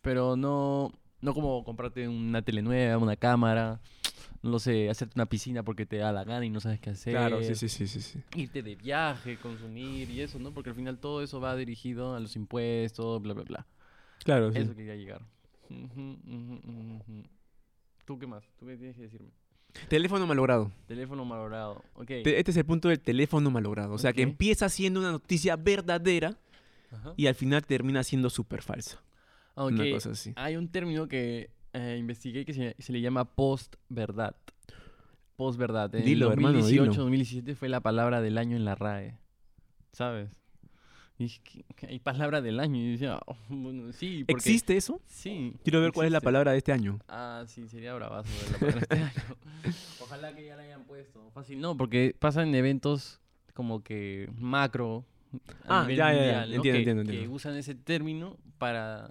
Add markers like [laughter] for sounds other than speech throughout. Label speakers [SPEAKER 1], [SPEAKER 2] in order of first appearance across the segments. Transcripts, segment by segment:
[SPEAKER 1] Pero no, no como comprarte una tele nueva, una cámara, no lo sé, hacerte una piscina porque te da la gana y no sabes qué hacer.
[SPEAKER 2] Claro, sí, sí, sí, sí, sí.
[SPEAKER 1] Irte de viaje, consumir y eso, ¿no? Porque al final todo eso va dirigido a los impuestos, bla, bla, bla.
[SPEAKER 2] Claro, sí.
[SPEAKER 1] Eso quería llegar. Ujú, ujú, ujú, ujú. ¿Tú qué más? ¿Tú qué tienes que decirme?
[SPEAKER 2] Teléfono malogrado.
[SPEAKER 1] Teléfono malogrado. Ok.
[SPEAKER 2] Te- Este es el punto del teléfono malogrado. O sea, que
[SPEAKER 1] Ok.
[SPEAKER 2] empieza siendo una noticia verdadera
[SPEAKER 1] Ajá.
[SPEAKER 2] y al final termina siendo súper falsa.
[SPEAKER 1] Ah,
[SPEAKER 2] Una
[SPEAKER 1] ok.
[SPEAKER 2] cosa así.
[SPEAKER 1] Hay un término que eh, investigué que se, se le llama post-verdad. Post-verdad. En
[SPEAKER 2] Dilo, hermano,
[SPEAKER 1] 2018,
[SPEAKER 2] dilo.
[SPEAKER 1] 2017 fue la palabra del año en la RAE. ¿Sabes? Y dije, "¿Qué- qué hay palabra del año. Y decía, "Oh, bueno, sí, porque...
[SPEAKER 2] ¿Existe eso?
[SPEAKER 1] Sí.
[SPEAKER 2] Quiero ver cuál es la
[SPEAKER 1] existe.
[SPEAKER 2] palabra de este año.
[SPEAKER 1] Ah, sí, sería bravazo ver la palabra
[SPEAKER 2] [laughs]
[SPEAKER 1] este año. Ojalá que ya la hayan puesto. Fácil, no, porque pasan eventos como que macro. a
[SPEAKER 2] Ah,
[SPEAKER 1] nivel
[SPEAKER 2] ya, ya, ya.
[SPEAKER 1] ¿no?
[SPEAKER 2] Entiendo,
[SPEAKER 1] que,
[SPEAKER 2] entiendo,
[SPEAKER 1] que
[SPEAKER 2] entiendo.
[SPEAKER 1] usan ese término para,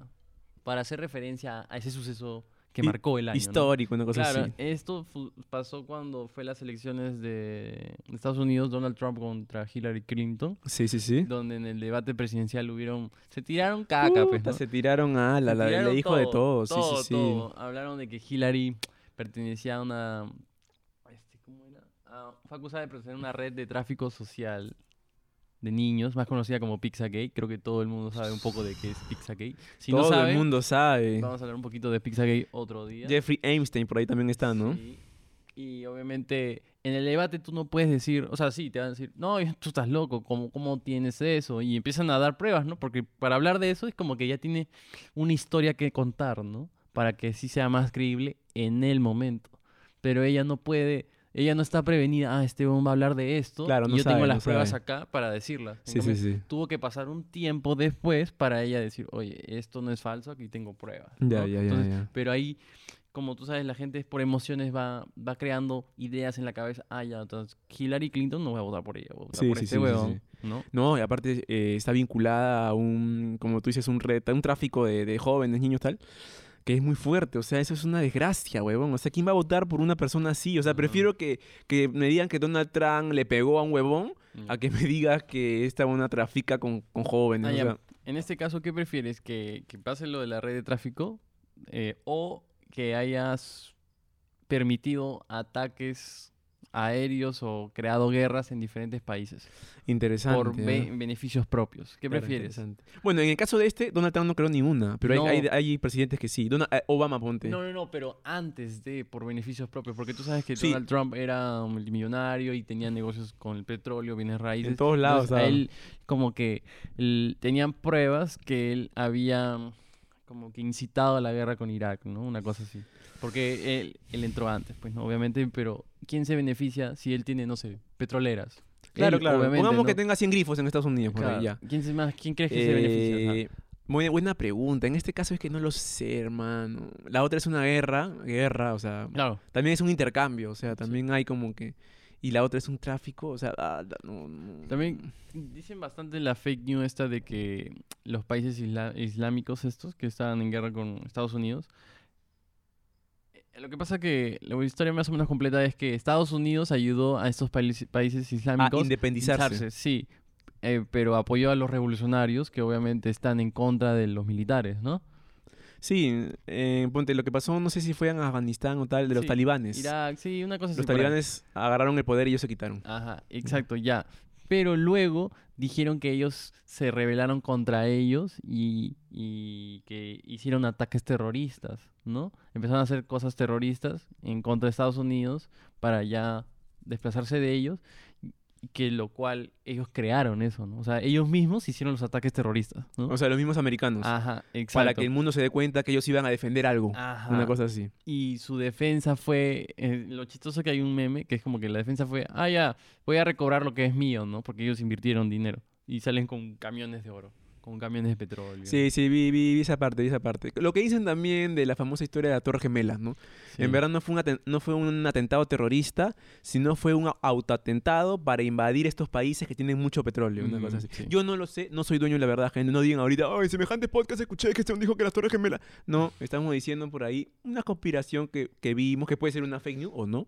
[SPEAKER 1] para hacer referencia a ese suceso que
[SPEAKER 2] Hi-
[SPEAKER 1] marcó el año. ¿no?
[SPEAKER 2] Histórico, una cosa
[SPEAKER 1] Claro,
[SPEAKER 2] así.
[SPEAKER 1] esto fu- pasó cuando fue las elecciones de Estados Unidos, Donald Trump contra Hillary Clinton,
[SPEAKER 2] Sí, sí, sí. Uh,
[SPEAKER 1] donde en el debate presidencial hubieron. Se tiraron caca, pues.
[SPEAKER 2] Puta,
[SPEAKER 1] ¿no?
[SPEAKER 2] Se tiraron a la,
[SPEAKER 1] Se
[SPEAKER 2] la, la
[SPEAKER 1] tiraron
[SPEAKER 2] hijo de todos. sí, sí, sí.
[SPEAKER 1] todo. Hablaron de que Hillary pertenecía a una. Este, ¿Cómo era? Ah, fue acusada de pertenecer a una red de tráfico social de niños, más conocida como Pizzagate. Creo que todo el mundo sabe un poco de qué es Pizzagate. Si
[SPEAKER 2] todo
[SPEAKER 1] no sabe,
[SPEAKER 2] el mundo sabe.
[SPEAKER 1] vamos a hablar un poquito de Pizzagate otro día.
[SPEAKER 2] Jeffrey Einstein por ahí también está, ¿no?
[SPEAKER 1] Sí. Y obviamente en el debate tú no puedes decir, o sea, sí, te van a decir, no, [laughs] tú estás loco, ¿cómo, cómo tienes eso? Y empiezan a dar pruebas, ¿no? Porque para hablar de eso es como que ya tiene una historia que contar, ¿no? Para que sí sea más creíble en el momento. Pero ella no puede, ella no está prevenida, ah, este hombre va a hablar de esto,
[SPEAKER 2] Claro,
[SPEAKER 1] y
[SPEAKER 2] no
[SPEAKER 1] yo
[SPEAKER 2] sabe,
[SPEAKER 1] tengo las
[SPEAKER 2] no
[SPEAKER 1] pruebas
[SPEAKER 2] sabe.
[SPEAKER 1] acá para decirlas. En
[SPEAKER 2] Sí, sí,
[SPEAKER 1] cambio,
[SPEAKER 2] sí.
[SPEAKER 1] Tuvo que pasar un tiempo después para ella decir, oye, esto no es falso, aquí tengo pruebas.
[SPEAKER 2] Ya,
[SPEAKER 1] ¿no?
[SPEAKER 2] ya, ya,
[SPEAKER 1] Entonces,
[SPEAKER 2] ya.
[SPEAKER 1] pero ahí, como tú sabes, la gente por emociones va, va creando ideas en la cabeza. Ah, ya, entonces Hillary Clinton no voy a votar por ella, voy a votar
[SPEAKER 2] Sí,
[SPEAKER 1] por
[SPEAKER 2] sí,
[SPEAKER 1] este
[SPEAKER 2] sí, sí,
[SPEAKER 1] huevón, ¿no?
[SPEAKER 2] No, y aparte eh, está vinculada a un, como tú dices, un reta, un tráfico de, de jóvenes, niños, tal, que es muy fuerte. O sea, eso es una desgracia, huevón. O sea, ¿quién va a votar por una persona así? O sea,
[SPEAKER 1] Ajá.
[SPEAKER 2] prefiero que, que me digan que Donald Trump le pegó a un huevón a que me digas que esta una trafica con, con jóvenes.
[SPEAKER 1] Mm. Ah,
[SPEAKER 2] o
[SPEAKER 1] ya.
[SPEAKER 2] sea,
[SPEAKER 1] En este caso, ¿qué prefieres? ¿Que, que pase lo de la red de tráfico Eh, o que hayas permitido ataques aéreos o creado guerras en diferentes países
[SPEAKER 2] interesante.
[SPEAKER 1] por
[SPEAKER 2] ¿ah?
[SPEAKER 1] be- beneficios propios? ¿Qué
[SPEAKER 2] Claro,
[SPEAKER 1] prefieres?
[SPEAKER 2] interesante. Bueno, en el caso de este, Donald Trump no creó ni una, pero hay-
[SPEAKER 1] No.
[SPEAKER 2] hay, hay presidentes que sí. Dona- eh, Obama, ponte.
[SPEAKER 1] No, no, no, pero antes de, por beneficios propios, porque tú sabes que
[SPEAKER 2] Sí.
[SPEAKER 1] Donald Trump era millonario y tenía negocios con el petróleo, bienes raíces.
[SPEAKER 2] en todos lados.
[SPEAKER 1] Entonces, a
[SPEAKER 2] ah.
[SPEAKER 1] él, como que l- tenían pruebas que él había como que incitado a la guerra con Irak, ¿no? Una cosa así. Porque él, él entró antes, pues, ¿no? Obviamente, pero ¿quién se beneficia si él tiene, no sé, petroleras?
[SPEAKER 2] Claro,
[SPEAKER 1] Él,
[SPEAKER 2] claro.
[SPEAKER 1] obviamente,
[SPEAKER 2] Pongamos que
[SPEAKER 1] ¿no?
[SPEAKER 2] tenga 100 grifos en Estados Unidos, por ahí,
[SPEAKER 1] Claro.
[SPEAKER 2] ya.
[SPEAKER 1] ¿Quién, se más, ¿Quién crees que se beneficia? Ajá.
[SPEAKER 2] Eh, muy buena pregunta. En este caso es que no lo sé, hermano. La otra es una guerra, guerra, o sea,
[SPEAKER 1] Claro.
[SPEAKER 2] también es un intercambio, o sea, también hay como que y la otra es un tráfico, o sea, ah, da- no, no.
[SPEAKER 1] También dicen bastante la fake news esta de que los países isla- islámicos estos que estaban en guerra con Estados Unidos. eh, Lo que pasa que la historia más o menos completa es que Estados Unidos ayudó a estos paili- países
[SPEAKER 2] Ah,
[SPEAKER 1] islámicos
[SPEAKER 2] independizarse.
[SPEAKER 1] independizarse, sí, eh, pero apoyó a los revolucionarios que obviamente están en contra de los militares, ¿no?
[SPEAKER 2] Sí, eh, ponte lo que pasó, no sé si fue en Afganistán o tal de los
[SPEAKER 1] Sí,
[SPEAKER 2] talibanes.
[SPEAKER 1] Irak, sí, una cosa así
[SPEAKER 2] los
[SPEAKER 1] por ahí.
[SPEAKER 2] talibanes agarraron el poder y ellos se quitaron.
[SPEAKER 1] Ajá, exacto, ya. Pero luego dijeron que ellos se rebelaron contra ellos y, y que hicieron ataques terroristas, ¿no? Empezaron a hacer cosas terroristas en contra de Estados Unidos para ya desplazarse de ellos, y que lo cual ellos crearon eso, ¿no? O sea, ellos mismos hicieron los ataques terroristas, ¿no?
[SPEAKER 2] O sea, los mismos americanos.
[SPEAKER 1] Ajá, Ah, exacto. Ah,
[SPEAKER 2] para que el mundo se dé cuenta que ellos iban a defender algo. Una
[SPEAKER 1] Ajá.
[SPEAKER 2] cosa así.
[SPEAKER 1] Y su defensa fue, eh, lo chistoso que hay un meme, que es como que la defensa fue, ah, ya, voy a recobrar lo que es mío, ¿no? Porque ellos invirtieron dinero. Y salen con camiones de oro, con camiones de petróleo.
[SPEAKER 2] Sí, sí, vi, vi, vi esa parte, vi esa parte. Lo que dicen también de la famosa historia de la Torre Gemela, ¿no?
[SPEAKER 1] Sí.
[SPEAKER 2] En verdad no fue, un aten- no fue un atentado terrorista, sino fue un au- autoatentado para invadir estos países que tienen mucho petróleo, una
[SPEAKER 1] Mm,
[SPEAKER 2] cosa así.
[SPEAKER 1] sí.
[SPEAKER 2] Yo no lo sé, no soy dueño de la verdad, gente. No digan ahorita, ay, semejante podcast escuché que este dijo que las Torres Gemelas. No, estamos diciendo por ahí una conspiración que, que vimos, que puede ser una fake news o no.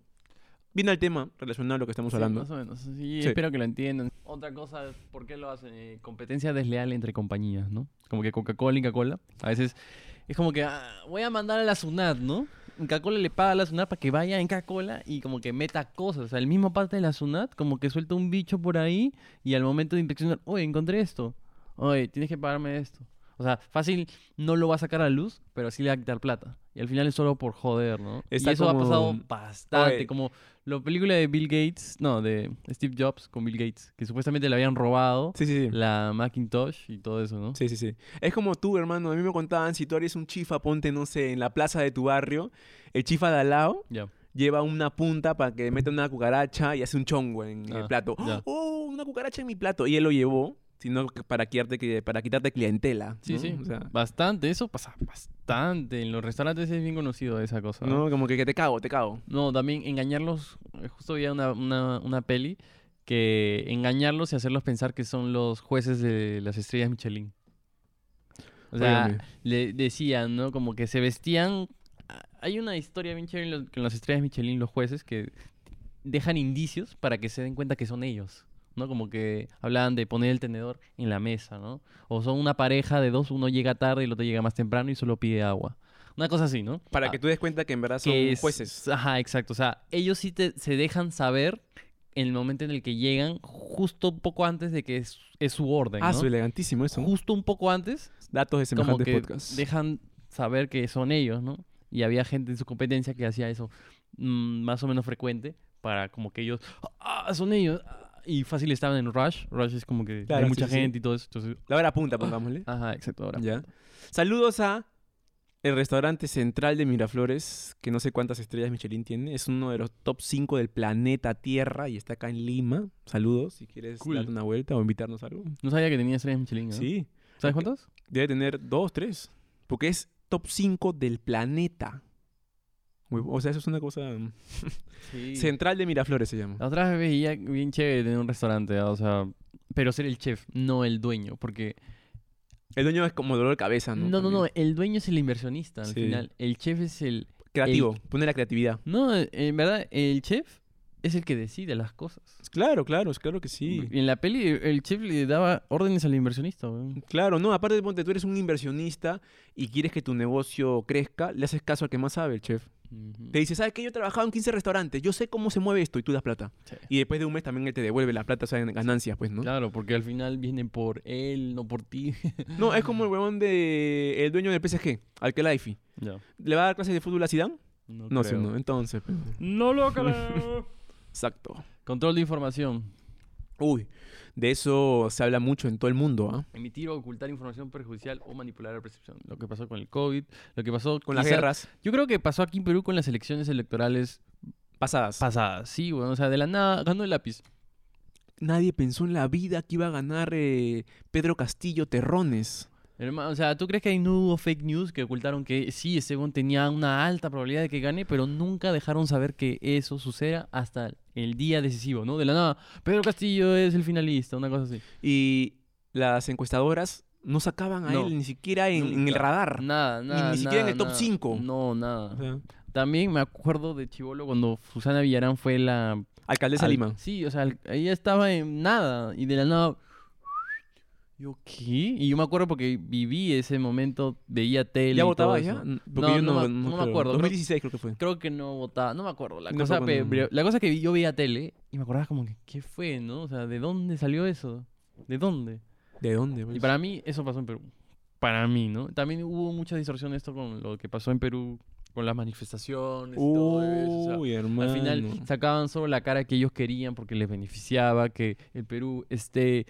[SPEAKER 2] Viene al tema relacionado a lo que estamos
[SPEAKER 1] Sí,
[SPEAKER 2] hablando.
[SPEAKER 1] más o menos. Sí,
[SPEAKER 2] Sí.
[SPEAKER 1] espero que lo entiendan. Otra cosa, es, ¿por qué lo hacen? Eh, competencia desleal entre compañías, ¿no? Como que Coca-Cola y Coca-Cola. A veces Es como que ah, voy a mandar a la SUNAT, ¿no? Coca-Cola le paga a la SUNAT para que vaya en Coca-Cola y como que meta cosas. O sea, el mismo parte de la SUNAT como que suelta un bicho por ahí y al momento de inspeccionar, oye, encontré esto. Oye, tienes que pagarme esto. O sea, fácil no lo va a sacar a luz, pero sí le va a quitar plata. Y al final es solo por joder, ¿no?
[SPEAKER 2] Está
[SPEAKER 1] y eso ha
[SPEAKER 2] como-
[SPEAKER 1] pasado bastante.
[SPEAKER 2] Oye.
[SPEAKER 1] Como la película de Bill Gates, no, de Steve Jobs con Bill Gates, que supuestamente le habían robado
[SPEAKER 2] Sí, sí, sí.
[SPEAKER 1] la Macintosh y todo eso, ¿no?
[SPEAKER 2] Sí, sí, sí. Es como tú, hermano. A mí me contaban, si tú eres un chifa, ponte, no sé, en la plaza de tu barrio, el chifa de al lado
[SPEAKER 1] Ya.
[SPEAKER 2] lleva una punta para que meta una cucaracha y hace un chongo en el
[SPEAKER 1] Ah,
[SPEAKER 2] plato.
[SPEAKER 1] ya.
[SPEAKER 2] ¡Oh, una cucaracha en mi plato! Y él lo llevó, sino que para quitarte, que- para quitarte clientela.
[SPEAKER 1] Sí,
[SPEAKER 2] ¿no?
[SPEAKER 1] sí.
[SPEAKER 2] O sea,
[SPEAKER 1] Bastante, eso pasa bastante. En los restaurantes es bien conocido esa cosa.
[SPEAKER 2] no, como que, que te cago, te cago.
[SPEAKER 1] No, también engañarlos. eh, Justo había una, una, una peli que engañarlos y hacerlos pensar que son los jueces de las estrellas Michelin. O sea,
[SPEAKER 2] Óigame.
[SPEAKER 1] le decían, ¿no? Como que se vestían. Ah, Hay una historia bien chévere en los- con las estrellas Michelin, los jueces, que dejan indicios para que se den cuenta que son ellos. ¿no? Como que hablaban de poner el tenedor en la mesa, ¿no? O son una pareja de dos, uno llega tarde y el otro llega más temprano y solo pide agua. Una cosa así, ¿no?
[SPEAKER 2] Para
[SPEAKER 1] Ah,
[SPEAKER 2] que tú des cuenta que en verdad son
[SPEAKER 1] que es-
[SPEAKER 2] jueces.
[SPEAKER 1] Ajá, exacto. O sea, ellos sí te- se dejan saber en el momento en el que llegan, justo un poco antes de que es, es su orden.
[SPEAKER 2] Ah,
[SPEAKER 1] ¿no?
[SPEAKER 2] su elegantísimo eso.
[SPEAKER 1] Justo un poco antes,
[SPEAKER 2] Datos de
[SPEAKER 1] como
[SPEAKER 2] semejantes
[SPEAKER 1] que
[SPEAKER 2] podcasts.
[SPEAKER 1] dejan saber que son ellos, ¿no? Y había gente en su competencia que hacía eso mm, más o menos frecuente para como que ellos, ah, son ellos. ah", Y fácil estaban en Rush. Rush es como que hay
[SPEAKER 2] Claro, sí,
[SPEAKER 1] mucha
[SPEAKER 2] sí.
[SPEAKER 1] gente y todo eso. Entonces,
[SPEAKER 2] La hora punta, pongámosle.
[SPEAKER 1] ajá, exacto. Ahora.
[SPEAKER 2] Ya. Saludos a el restaurante central de Miraflores, que no sé cuántas estrellas Michelin tiene. Es uno de los top 5 del planeta Tierra y está acá en Lima. Saludos, si quieres
[SPEAKER 1] Cool.
[SPEAKER 2] darte una vuelta o invitarnos a algo.
[SPEAKER 1] No sabía que tenía estrellas Michelin. ¿no?
[SPEAKER 2] Sí,
[SPEAKER 1] ¿Sabes cuántos?
[SPEAKER 2] debe tener dos, tres. Porque es top 5 del planeta. Huevo, O sea, eso es una cosa... mm,
[SPEAKER 1] Sí.
[SPEAKER 2] Central de Miraflores se llama.
[SPEAKER 1] La otra vez veía bien chévere tener un restaurante, ¿ah? o sea, pero ser el chef, no el dueño, porque...
[SPEAKER 2] El dueño es como dolor de cabeza, Ah, ¿no?
[SPEAKER 1] No, no, no,
[SPEAKER 2] También.
[SPEAKER 1] el dueño es el inversionista al
[SPEAKER 2] Sí.
[SPEAKER 1] final. El chef es el...
[SPEAKER 2] Creativo, pone la creatividad.
[SPEAKER 1] No, eh, en verdad, el chef es el que decide las cosas.
[SPEAKER 2] Claro, claro, claro que sí.
[SPEAKER 1] En la peli el chef le daba órdenes al inversionista, weón.
[SPEAKER 2] Claro, no, aparte ponte, tú eres un inversionista y quieres que tu negocio crezca, le haces caso al que más sabe, el chef.
[SPEAKER 1] Mm. Ujú.
[SPEAKER 2] Te dice, ¿sabes qué? Yo he trabajado en 15 restaurantes, yo sé cómo se mueve esto y tú das plata.
[SPEAKER 1] Sí.
[SPEAKER 2] Y después de un mes también él te devuelve la plata, o sea, en ganancias, pues, ¿no?
[SPEAKER 1] Claro, porque al final vienen por él, no por ti.
[SPEAKER 2] No, es como el huevón de el dueño del PSG, al que Laifi.
[SPEAKER 1] [laughs] Ya,
[SPEAKER 2] ¿Le va a dar clases de fútbol a Zidane?
[SPEAKER 1] no,
[SPEAKER 2] No, sí,
[SPEAKER 1] creo. Mm.
[SPEAKER 2] no, entonces. pues,
[SPEAKER 1] No lo creo.
[SPEAKER 2] Exacto.
[SPEAKER 1] [laughs] Control de información.
[SPEAKER 2] Uy, de eso se habla mucho en todo el mundo, ¿ah?
[SPEAKER 1] Emitir o ocultar información perjudicial o manipular la percepción. Lo que pasó con el COVID, lo que pasó
[SPEAKER 2] Con las
[SPEAKER 1] quizá-
[SPEAKER 2] guerras
[SPEAKER 1] Yo creo que pasó aquí en Perú con las elecciones electorales
[SPEAKER 2] pasadas.
[SPEAKER 1] pasadas. Sí, bueno, o sea, de la nada ganó el lápiz.
[SPEAKER 2] Nadie pensó en la vida que iba a ganar eh, Pedro Castillo Terrones.
[SPEAKER 1] Hermano, o sea, ¿tú crees que ahí no hubo fake news que ocultaron que sí, según tenía una alta probabilidad de que gane, pero nunca dejaron saber que eso suceda hasta el día decisivo, ¿no? De la nada, Pedro Castillo es el finalista, una cosa así.
[SPEAKER 2] Y las encuestadoras no sacaban a
[SPEAKER 1] No.
[SPEAKER 2] él ni siquiera en, en el
[SPEAKER 1] Nunca.
[SPEAKER 2] radar.
[SPEAKER 1] Nada, nada.
[SPEAKER 2] ni siquiera en
[SPEAKER 1] nada,
[SPEAKER 2] el top
[SPEAKER 1] nada.
[SPEAKER 2] cinco.
[SPEAKER 1] No,
[SPEAKER 2] O
[SPEAKER 1] nada.
[SPEAKER 2] sea,
[SPEAKER 1] También me acuerdo de Chivolo cuando Susana Villarán fue la
[SPEAKER 2] alcaldesa de
[SPEAKER 1] al-
[SPEAKER 2] Lima.
[SPEAKER 1] Sí, o sea, al- ella estaba en nada y de la nada. Yo, ¿qué? Y yo me acuerdo porque viví ese momento, veía tele.
[SPEAKER 2] ¿Ya
[SPEAKER 1] y
[SPEAKER 2] votaba
[SPEAKER 1] todo
[SPEAKER 2] ya?
[SPEAKER 1] eso.
[SPEAKER 2] N-
[SPEAKER 1] No, no me- no me acuerdo.
[SPEAKER 2] 2016 creo que fue.
[SPEAKER 1] Creo que no votaba, no me acuerdo. La,
[SPEAKER 2] No
[SPEAKER 1] cosa,
[SPEAKER 2] fue
[SPEAKER 1] pe-
[SPEAKER 2] cuando-
[SPEAKER 1] pero la cosa que vi- yo veía tele y me acordaba como que, ¿qué fue, no? O sea, ¿de dónde salió eso? ¿De dónde?
[SPEAKER 2] ¿De dónde?
[SPEAKER 1] Y
[SPEAKER 2] pues?
[SPEAKER 1] para mí, eso pasó en Perú. Para mí, ¿no? También hubo mucha distorsión esto con lo que pasó en Perú, con las manifestaciones y todo eso. o sea,
[SPEAKER 2] Uy, hermano.
[SPEAKER 1] Al final sacaban solo la cara que ellos querían porque les beneficiaba que el Perú esté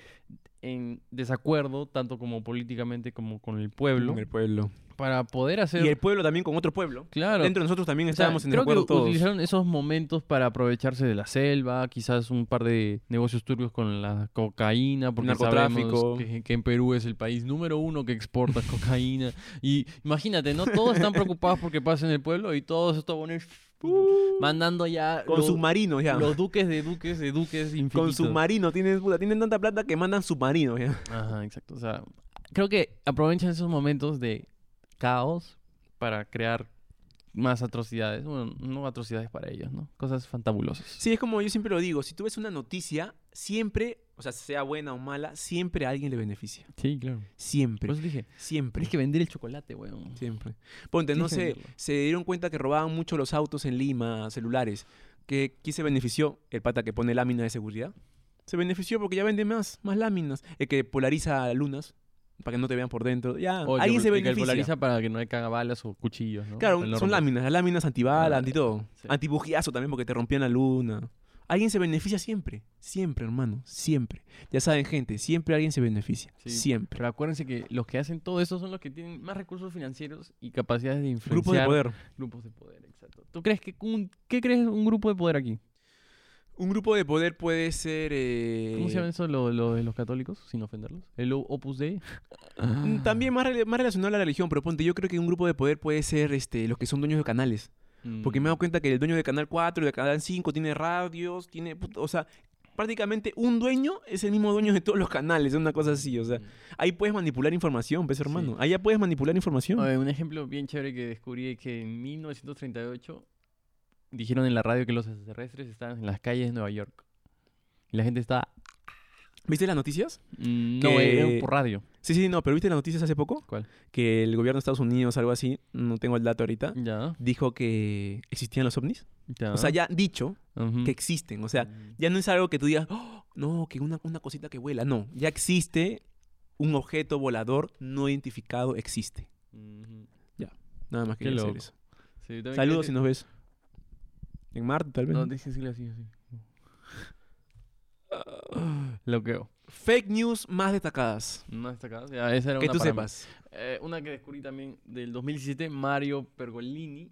[SPEAKER 1] en desacuerdo tanto como políticamente como con el pueblo
[SPEAKER 2] Con el pueblo.
[SPEAKER 1] para poder hacer
[SPEAKER 2] Y el pueblo también con otro pueblo.
[SPEAKER 1] claro
[SPEAKER 2] Dentro de nosotros también
[SPEAKER 1] o sea,
[SPEAKER 2] estábamos en
[SPEAKER 1] creo que
[SPEAKER 2] desacuerdo todos.
[SPEAKER 1] utilizaron esos momentos para aprovecharse de la selva quizás un par de negocios turbios con la cocaína porque
[SPEAKER 2] Narcotráfico.
[SPEAKER 1] sabemos que, que en Perú es el país número uno que exporta [laughs] cocaína y imagínate no todos están preocupados porque pasa en el pueblo y todos estos bonitos
[SPEAKER 2] Uh,
[SPEAKER 1] mandando ya
[SPEAKER 2] con
[SPEAKER 1] los-
[SPEAKER 2] submarinos ya.
[SPEAKER 1] los duques de duques de duques infinitos.
[SPEAKER 2] Con submarinos. Tienen, puta, tienen tanta plata que mandan submarinos ya.
[SPEAKER 1] Ajá, exacto. O sea, creo que aprovechan esos momentos de caos para crear más atrocidades. Bueno, no atrocidades para ellos, ¿no? Cosas fantabulosas.
[SPEAKER 2] Sí, es como yo siempre lo digo, si tú ves una noticia, siempre o sea, sea buena o mala, siempre a alguien le beneficia.
[SPEAKER 1] Sí, claro.
[SPEAKER 2] Siempre,
[SPEAKER 1] Por eso dije,
[SPEAKER 2] siempre.
[SPEAKER 1] tienes que vender el chocolate, weón.
[SPEAKER 2] Siempre. Ponte, no
[SPEAKER 1] Tienes que
[SPEAKER 2] sé,
[SPEAKER 1] venderlo.
[SPEAKER 2] se dieron cuenta que robaban mucho los autos en Lima, celulares. que ¿Quién se benefició? El pata que pone lámina de seguridad. Se benefició porque ya vende más, más láminas. El que polariza lunas para que no te vean por dentro. Ya,
[SPEAKER 1] O el que
[SPEAKER 2] alguien se
[SPEAKER 1] pol- el que el
[SPEAKER 2] beneficia.
[SPEAKER 1] polariza para que no le caga balas o cuchillos, ¿no?
[SPEAKER 2] Claro,
[SPEAKER 1] Para no
[SPEAKER 2] son
[SPEAKER 1] romper.
[SPEAKER 2] láminas, las láminas antibala,
[SPEAKER 1] Ah,
[SPEAKER 2] anti todo.
[SPEAKER 1] sí.
[SPEAKER 2] Antibujiazo también porque te rompían la luna. Alguien se beneficia siempre, siempre, hermano, siempre. Ya saben, gente, siempre alguien se beneficia,
[SPEAKER 1] Sí.
[SPEAKER 2] siempre.
[SPEAKER 1] Pero acuérdense que los que hacen todo eso son los que tienen más recursos financieros y capacidades de influenciar.
[SPEAKER 2] Grupo de poder.
[SPEAKER 1] Grupos de poder, exacto. ¿Tú crees que un, qué crees un grupo de poder aquí?
[SPEAKER 2] Un grupo de poder puede ser... eh,
[SPEAKER 1] ¿Cómo se llaman eso lo, lo de los católicos, sin ofenderlos? ¿El O- Opus Dei?
[SPEAKER 2] Mm,
[SPEAKER 1] Ah.
[SPEAKER 2] También más, rela- más relacionado a la religión, pero ponte, yo creo que un grupo de poder puede ser este, los que son dueños de canales. Porque
[SPEAKER 1] Mm.
[SPEAKER 2] me he dado cuenta que el dueño de Canal 4, de Canal 5, tiene radios, tiene... put- O sea, prácticamente un dueño es el mismo dueño de todos los canales, es una cosa así. O sea,
[SPEAKER 1] Mm.
[SPEAKER 2] ahí puedes manipular información, ¿ves, hermano? Allá puedes manipular información.
[SPEAKER 1] Oye, un ejemplo bien chévere que descubrí es que en 1938 dijeron en la radio que los extraterrestres estaban en las calles de Nueva York. Y la gente estaba...
[SPEAKER 2] ¿Viste las noticias?
[SPEAKER 1] mm, No, era
[SPEAKER 2] Que-
[SPEAKER 1] por radio.
[SPEAKER 2] Sí, sí, no, pero ¿viste las noticias hace poco?
[SPEAKER 1] ¿Cuál?
[SPEAKER 2] Que el gobierno de Estados Unidos, algo así, no tengo el dato ahorita,
[SPEAKER 1] Ya,
[SPEAKER 2] dijo que existían los ovnis.
[SPEAKER 1] ya.
[SPEAKER 2] O sea, ya dicho
[SPEAKER 1] ujú.
[SPEAKER 2] que existen. O sea,
[SPEAKER 1] Mm.
[SPEAKER 2] ya no es algo que tú digas, "Oh, no, que una, una cosita que vuela. No, ya existe un objeto volador no identificado, existe.
[SPEAKER 1] Mm, Ujú.
[SPEAKER 2] Nada más
[SPEAKER 1] Qué
[SPEAKER 2] que decir
[SPEAKER 1] loco.
[SPEAKER 2] eso.
[SPEAKER 1] Sí, yo también
[SPEAKER 2] Saludos si
[SPEAKER 1] quería
[SPEAKER 2] nos ves. En Marte, tal
[SPEAKER 1] decir- No,
[SPEAKER 2] vez.
[SPEAKER 1] dejes decirle así, así. Loqueo.
[SPEAKER 2] Fake news más destacadas.
[SPEAKER 1] No destacadas. Ya, esa era
[SPEAKER 2] Que
[SPEAKER 1] una
[SPEAKER 2] tú
[SPEAKER 1] para mí.
[SPEAKER 2] sepas.
[SPEAKER 1] Eh, una que descubrí también del 2017, Mario Pergolini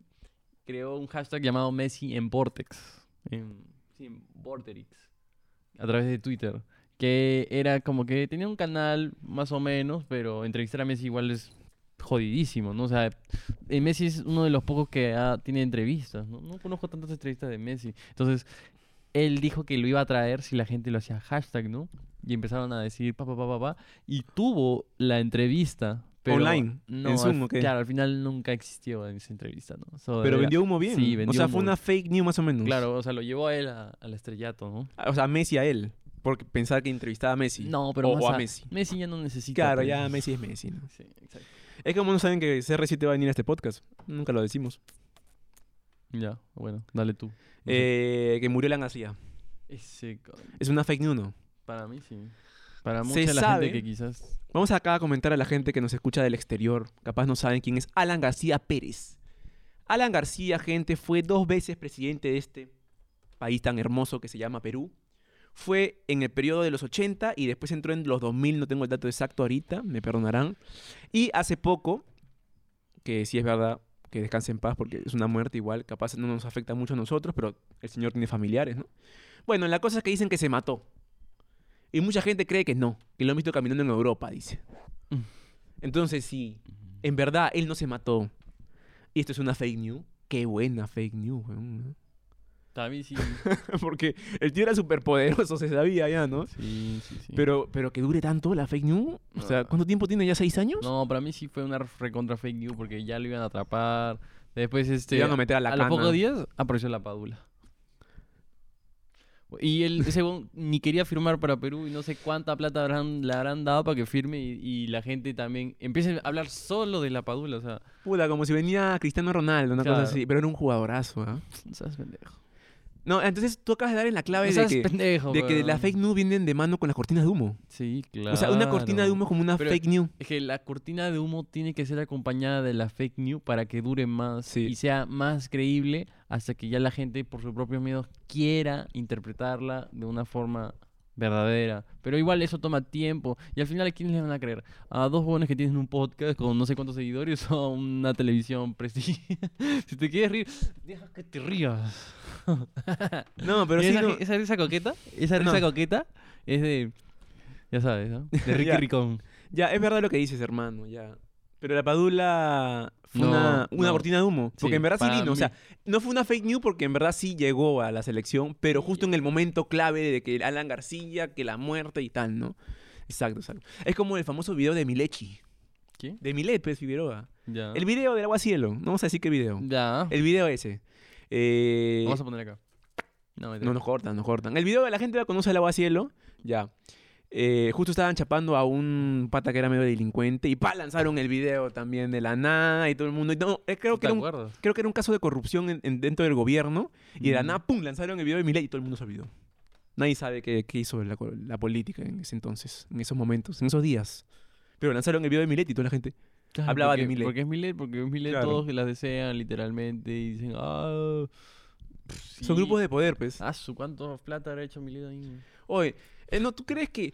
[SPEAKER 1] creó un hashtag llamado Messi en Vortex. En, sí, en Vorterix. A través de Twitter. Que era como que tenía un canal más o menos, pero entrevistar a Messi igual es jodidísimo, ¿no? O sea, eh, Messi es uno de los pocos que ha- tiene entrevistas, ¿no? No conozco tantas entrevistas de Messi. Entonces, él dijo que lo iba a traer si la gente lo hacía hashtag, ¿no? Y empezaron a decir pa, pa, pa, pa, pa. Y tuvo la entrevista. Pero
[SPEAKER 2] Online,
[SPEAKER 1] No,
[SPEAKER 2] en
[SPEAKER 1] al-
[SPEAKER 2] Zoom, ¿o qué? Claro,
[SPEAKER 1] Claro, al final nunca existió en esa entrevista, ¿no? So,
[SPEAKER 2] pero
[SPEAKER 1] era-
[SPEAKER 2] vendió humo bien.
[SPEAKER 1] Sí, vendió
[SPEAKER 2] o sea, fue
[SPEAKER 1] humo.
[SPEAKER 2] una fake news más o menos. Ah,
[SPEAKER 1] Claro, o sea, lo llevó a él a- al estrellato, ¿no?
[SPEAKER 2] O sea, Messi a él. Porque pensaba que entrevistaba a Messi.
[SPEAKER 1] No, pero
[SPEAKER 2] o,
[SPEAKER 1] más
[SPEAKER 2] o a
[SPEAKER 1] a-
[SPEAKER 2] Messi.
[SPEAKER 1] Messi ya no necesita.
[SPEAKER 2] Claro,
[SPEAKER 1] pues.
[SPEAKER 2] ya Messi es Messi. ¿no?
[SPEAKER 1] Sí, exacto.
[SPEAKER 2] Es como no saben que CR7 va a venir a este podcast. Nunca lo decimos.
[SPEAKER 1] Ya, bueno, dale tú. No sé.
[SPEAKER 2] Eh, que murió la García.
[SPEAKER 1] Ese cabrón.
[SPEAKER 2] Es una fake news, ¿no?
[SPEAKER 1] Para mí sí. Para
[SPEAKER 2] Se
[SPEAKER 1] mucha la
[SPEAKER 2] sabe-
[SPEAKER 1] gente que quizás.
[SPEAKER 2] Vamos acá a comentar a la gente que nos escucha del exterior. Capaz no saben quién es Alan García Pérez. Alan García, gente, fue dos veces presidente de este país tan hermoso que se llama Perú. Fue en el periodo de los 80 y después entró en los 2000, no tengo el dato exacto ahorita, me perdonarán. Y hace poco, que sí es verdad, que descanse en paz porque es una muerte igual, capaz no nos afecta mucho a nosotros, pero el señor tiene familiares, ¿no? Bueno, la cosa es que dicen que se mató. Y mucha gente cree que no, que lo han visto caminando en Europa, dice.
[SPEAKER 1] Mm.
[SPEAKER 2] Entonces, sí, en verdad, él no se mató. Y esto es una fake news. Qué buena fake news, weón.
[SPEAKER 1] Para mí
[SPEAKER 2] [laughs]
[SPEAKER 1] sí.
[SPEAKER 2] ¿no? [laughs] Porque el tío era súper poderoso, se sabía ya, ¿no?
[SPEAKER 1] Sí, sí, sí.
[SPEAKER 2] Pero, pero que dure tanto la fake news. O sea,
[SPEAKER 1] Ah.
[SPEAKER 2] ¿cuánto tiempo tiene? ¿Ya seis años?
[SPEAKER 1] No, para mí sí fue una recontra fake news porque ya lo iban a atrapar. Después,
[SPEAKER 2] Te
[SPEAKER 1] este.
[SPEAKER 2] iban a meter a la
[SPEAKER 1] a
[SPEAKER 2] cana.
[SPEAKER 1] los pocos días apareció la Padula. Y él, [laughs] según, ni quería firmar para Perú y no sé cuánta plata habrán, le habrán dado para que firme y, y la gente también empieza a hablar solo de la Padula. O
[SPEAKER 2] [laughs]
[SPEAKER 1] sea,
[SPEAKER 2] Puta, como si venía Cristiano Ronaldo, una
[SPEAKER 1] Claro.
[SPEAKER 2] cosa así. Pero era un jugadorazo, ¿ah?
[SPEAKER 1] no seas pendejo.
[SPEAKER 2] No, entonces tú acabas de dar en la
[SPEAKER 1] No
[SPEAKER 2] clave de
[SPEAKER 1] seas
[SPEAKER 2] que,
[SPEAKER 1] pendejo,
[SPEAKER 2] de que
[SPEAKER 1] weón.
[SPEAKER 2] las fake news vienen de mano con las cortinas de humo.
[SPEAKER 1] Sí, claro.
[SPEAKER 2] O sea, una cortina de humo es como una
[SPEAKER 1] Pero-
[SPEAKER 2] fake news.
[SPEAKER 1] Es que la cortina de humo tiene que ser acompañada de la fake news para que dure más
[SPEAKER 2] Sí.
[SPEAKER 1] y sea más creíble hasta que ya la gente por sus propios miedos quiera interpretarla de una forma verdadera. Pero igual eso toma tiempo y al final a quiénes les van a creer? A dos jóvenes que tienen un podcast con no sé cuántos seguidores [laughs] o a una televisión prestigiosa. [laughs] si te quieres rir, deja que te rías.
[SPEAKER 2] No, pero
[SPEAKER 1] Y
[SPEAKER 2] sí,
[SPEAKER 1] esa,
[SPEAKER 2] no.
[SPEAKER 1] esa risa coqueta, esa
[SPEAKER 2] No.
[SPEAKER 1] risa coqueta es de ya sabes, ¿no?
[SPEAKER 2] [laughs]
[SPEAKER 1] De Ricky
[SPEAKER 2] Ya.
[SPEAKER 1] Ricón.
[SPEAKER 2] Ya, es verdad lo que dices, hermano, ya. Pero la Padula fue
[SPEAKER 1] No,
[SPEAKER 2] una, una
[SPEAKER 1] no.
[SPEAKER 2] cortina de humo. Porque
[SPEAKER 1] Sí,
[SPEAKER 2] en verdad sí
[SPEAKER 1] para
[SPEAKER 2] vino. O
[SPEAKER 1] mí.
[SPEAKER 2] sea, no fue una fake news porque en verdad sí llegó a la selección, pero justo en el momento clave de que Alan García, que la muerte y tal, ¿no? Exacto, exacto. Es como el famoso video de Milechi.
[SPEAKER 1] ¿Quién?
[SPEAKER 2] De Milet, pues, Figueroa.
[SPEAKER 1] Ya.
[SPEAKER 2] El video del agua cielo. No vamos a decir qué video.
[SPEAKER 1] Ya.
[SPEAKER 2] El video ese. Eh,
[SPEAKER 1] Vamos a poner acá. No, mentira.
[SPEAKER 2] No nos cortan, nos cortan. El video de la gente que conoce el agua cielo Ya. Eh, justo estaban chapando a un pata que era medio delincuente y pa lanzaron el video también de la nada y todo el mundo. y No, eh, creo que
[SPEAKER 1] ¿Te
[SPEAKER 2] era un,
[SPEAKER 1] acuerdas?
[SPEAKER 2] creo que era un caso de corrupción en- en- dentro del gobierno y de la
[SPEAKER 1] Mm.
[SPEAKER 2] nada, pum, lanzaron el video de Milei y todo el mundo se olvidó. Nadie sabe qué, qué hizo la, co- la política en ese entonces, en esos momentos, en esos días. Pero lanzaron el video de Milei y toda la gente.
[SPEAKER 1] Claro,
[SPEAKER 2] Hablaba de
[SPEAKER 1] porque-
[SPEAKER 2] Milei.
[SPEAKER 1] Porque es Millet, porque es Millet
[SPEAKER 2] Claro.
[SPEAKER 1] todos la desean literalmente y dicen, ah. pff,
[SPEAKER 2] Son
[SPEAKER 1] sí".
[SPEAKER 2] grupos de poder, pues.
[SPEAKER 1] Ah, su cuánto plata habrá hecho Millet ahí.
[SPEAKER 2] Oye, eh, no, ¿tú crees que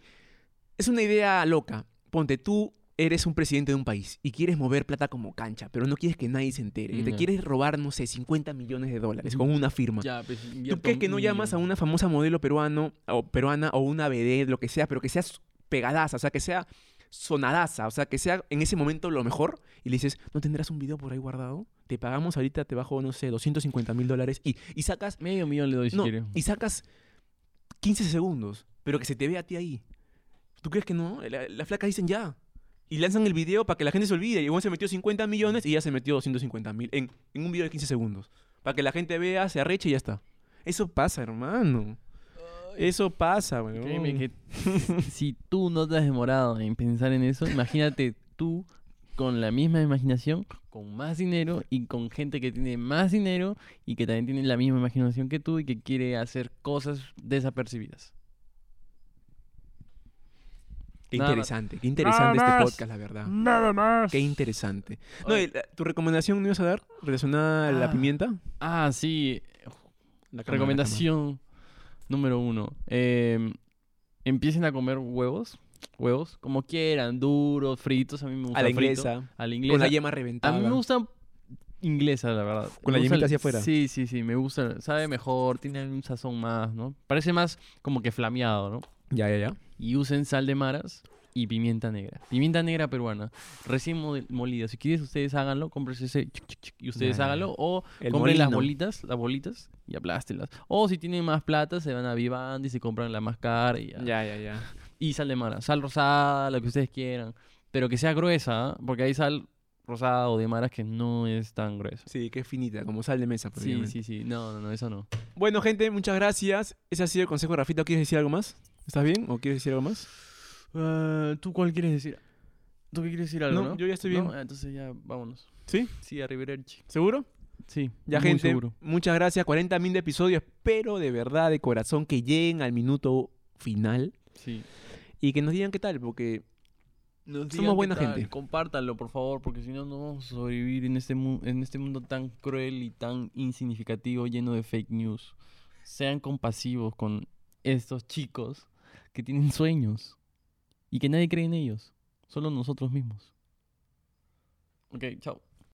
[SPEAKER 2] es una idea loca? Ponte, tú eres un presidente de un país y quieres mover plata como cancha, pero no quieres que nadie se entere. y Te
[SPEAKER 1] Mm, Ya.
[SPEAKER 2] quieres robar, no sé, 50 millones de dólares
[SPEAKER 1] Ujú.
[SPEAKER 2] con una firma.
[SPEAKER 1] Ya, pues,
[SPEAKER 2] ¿Tú crees que no llamas a una famosa modelo peruano o peruana o una BD, lo que sea, pero que sea s- pegadaza, o sea, que sea sonadaza, o sea, que sea en ese momento lo mejor y le dices, ¿no tendrás un video por ahí guardado? Te pagamos ahorita, te bajo, no sé, 250 mil dólares y, y sacas,
[SPEAKER 1] Medio millón le doy si
[SPEAKER 2] no,
[SPEAKER 1] quiere.
[SPEAKER 2] y sacas 15 segundos, pero que se te vea a ti ahí. ¿Tú crees que no? La- Las flacas dicen ya. Y lanzan el video para que la gente se olvide. Y el weón se metió 50 millones y ya se metió 250 mil en, en un video de 15 segundos. Para que la gente vea, se arreche y ya está. Eso pasa, hermano. Eso pasa, weón.
[SPEAKER 1] Créeme que [laughs] si tú no te has demorado en pensar en eso, imagínate tú con la misma imaginación, con más dinero y con gente que tiene más dinero y que también tiene la misma imaginación que tú y que quiere hacer cosas desapercibidas.
[SPEAKER 2] Qué
[SPEAKER 1] Nada más.
[SPEAKER 2] interesante, qué interesante
[SPEAKER 1] Nada
[SPEAKER 2] este
[SPEAKER 1] más.
[SPEAKER 2] podcast, la verdad.
[SPEAKER 1] Nada más.
[SPEAKER 2] Qué interesante. No,
[SPEAKER 1] Oye.
[SPEAKER 2] y la- ¿Tu recomendación no ibas a dar relacionada a la
[SPEAKER 1] Ah.
[SPEAKER 2] pimienta?
[SPEAKER 1] Ah, sí.
[SPEAKER 2] La cama,
[SPEAKER 1] Recomendación número uno. Eh, empiecen a comer huevos. Huevos, como quieran, duros, fritos. A mí me
[SPEAKER 2] la
[SPEAKER 1] gusta
[SPEAKER 2] cama. A la
[SPEAKER 1] frito.
[SPEAKER 2] inglesa.
[SPEAKER 1] A la
[SPEAKER 2] Con la
[SPEAKER 1] inglesa.
[SPEAKER 2] yema
[SPEAKER 1] A
[SPEAKER 2] reventada.
[SPEAKER 1] mí me gustan inglesas, la verdad.
[SPEAKER 2] Con la
[SPEAKER 1] Me gusta
[SPEAKER 2] yemita
[SPEAKER 1] el-
[SPEAKER 2] hacia afuera.
[SPEAKER 1] Sí, sí, sí, me gusta. Sabe mejor, tiene un sazón más, ¿no? Parece más como que flameado, ¿no?
[SPEAKER 2] Ya, ya, ya.
[SPEAKER 1] Y usen sal de maras y pimienta negra. Pimienta negra peruana, recién mo- molida. Si quieres, ustedes háganlo, cómprese ese chuc, chuc, chuc, y ustedes
[SPEAKER 2] Ya, ya, ya.
[SPEAKER 1] háganlo. O
[SPEAKER 2] El
[SPEAKER 1] compren las
[SPEAKER 2] molino.
[SPEAKER 1] bolitas, las bolitas y aplástelas. O si tienen más plata, se van a Vivandi y se compran la más cara y ya
[SPEAKER 2] Ya, ya, ya.
[SPEAKER 1] y sal de mara. Sal rosada, lo que ustedes quieran. Pero que sea gruesa, ¿ah? porque hay sal rosada o de maras que no es tan gruesa.
[SPEAKER 2] Sí, que es finita, como sal de mesa.
[SPEAKER 1] Sí,
[SPEAKER 2] prácticamente.
[SPEAKER 1] sí, sí. No, no, no, eso no.
[SPEAKER 2] Bueno, gente, muchas gracias. Ese ha sido el consejo de Rafita. ¿Quieres decir algo más? ¿Estás bien? ¿O quieres decir algo más?
[SPEAKER 1] Ah, ¿Tú cuál quieres decir? ¿Tú qué quieres decir
[SPEAKER 2] algo,
[SPEAKER 1] algo?
[SPEAKER 2] no?
[SPEAKER 1] No, Ah,
[SPEAKER 2] No,
[SPEAKER 1] entonces ya vámonos.
[SPEAKER 2] ¿Sí?
[SPEAKER 1] Sí, a Rivererchi.
[SPEAKER 2] ¿Seguro?
[SPEAKER 1] Sí.
[SPEAKER 2] Ya, gente, muchas gracias. 40 mil de episodios. Espero de verdad, de corazón, que lleguen al minuto final
[SPEAKER 1] Sí.
[SPEAKER 2] y que nos digan qué tal, porque somos buena gente.
[SPEAKER 1] Compártanlo, por favor, porque si no, no vamos a sobrevivir en este, mu- en este mundo tan cruel y tan insignificativo, lleno de fake news. Sean compasivos con estos chicos que tienen sueños y que nadie cree en ellos, solo nosotros mismos. Ok, chao.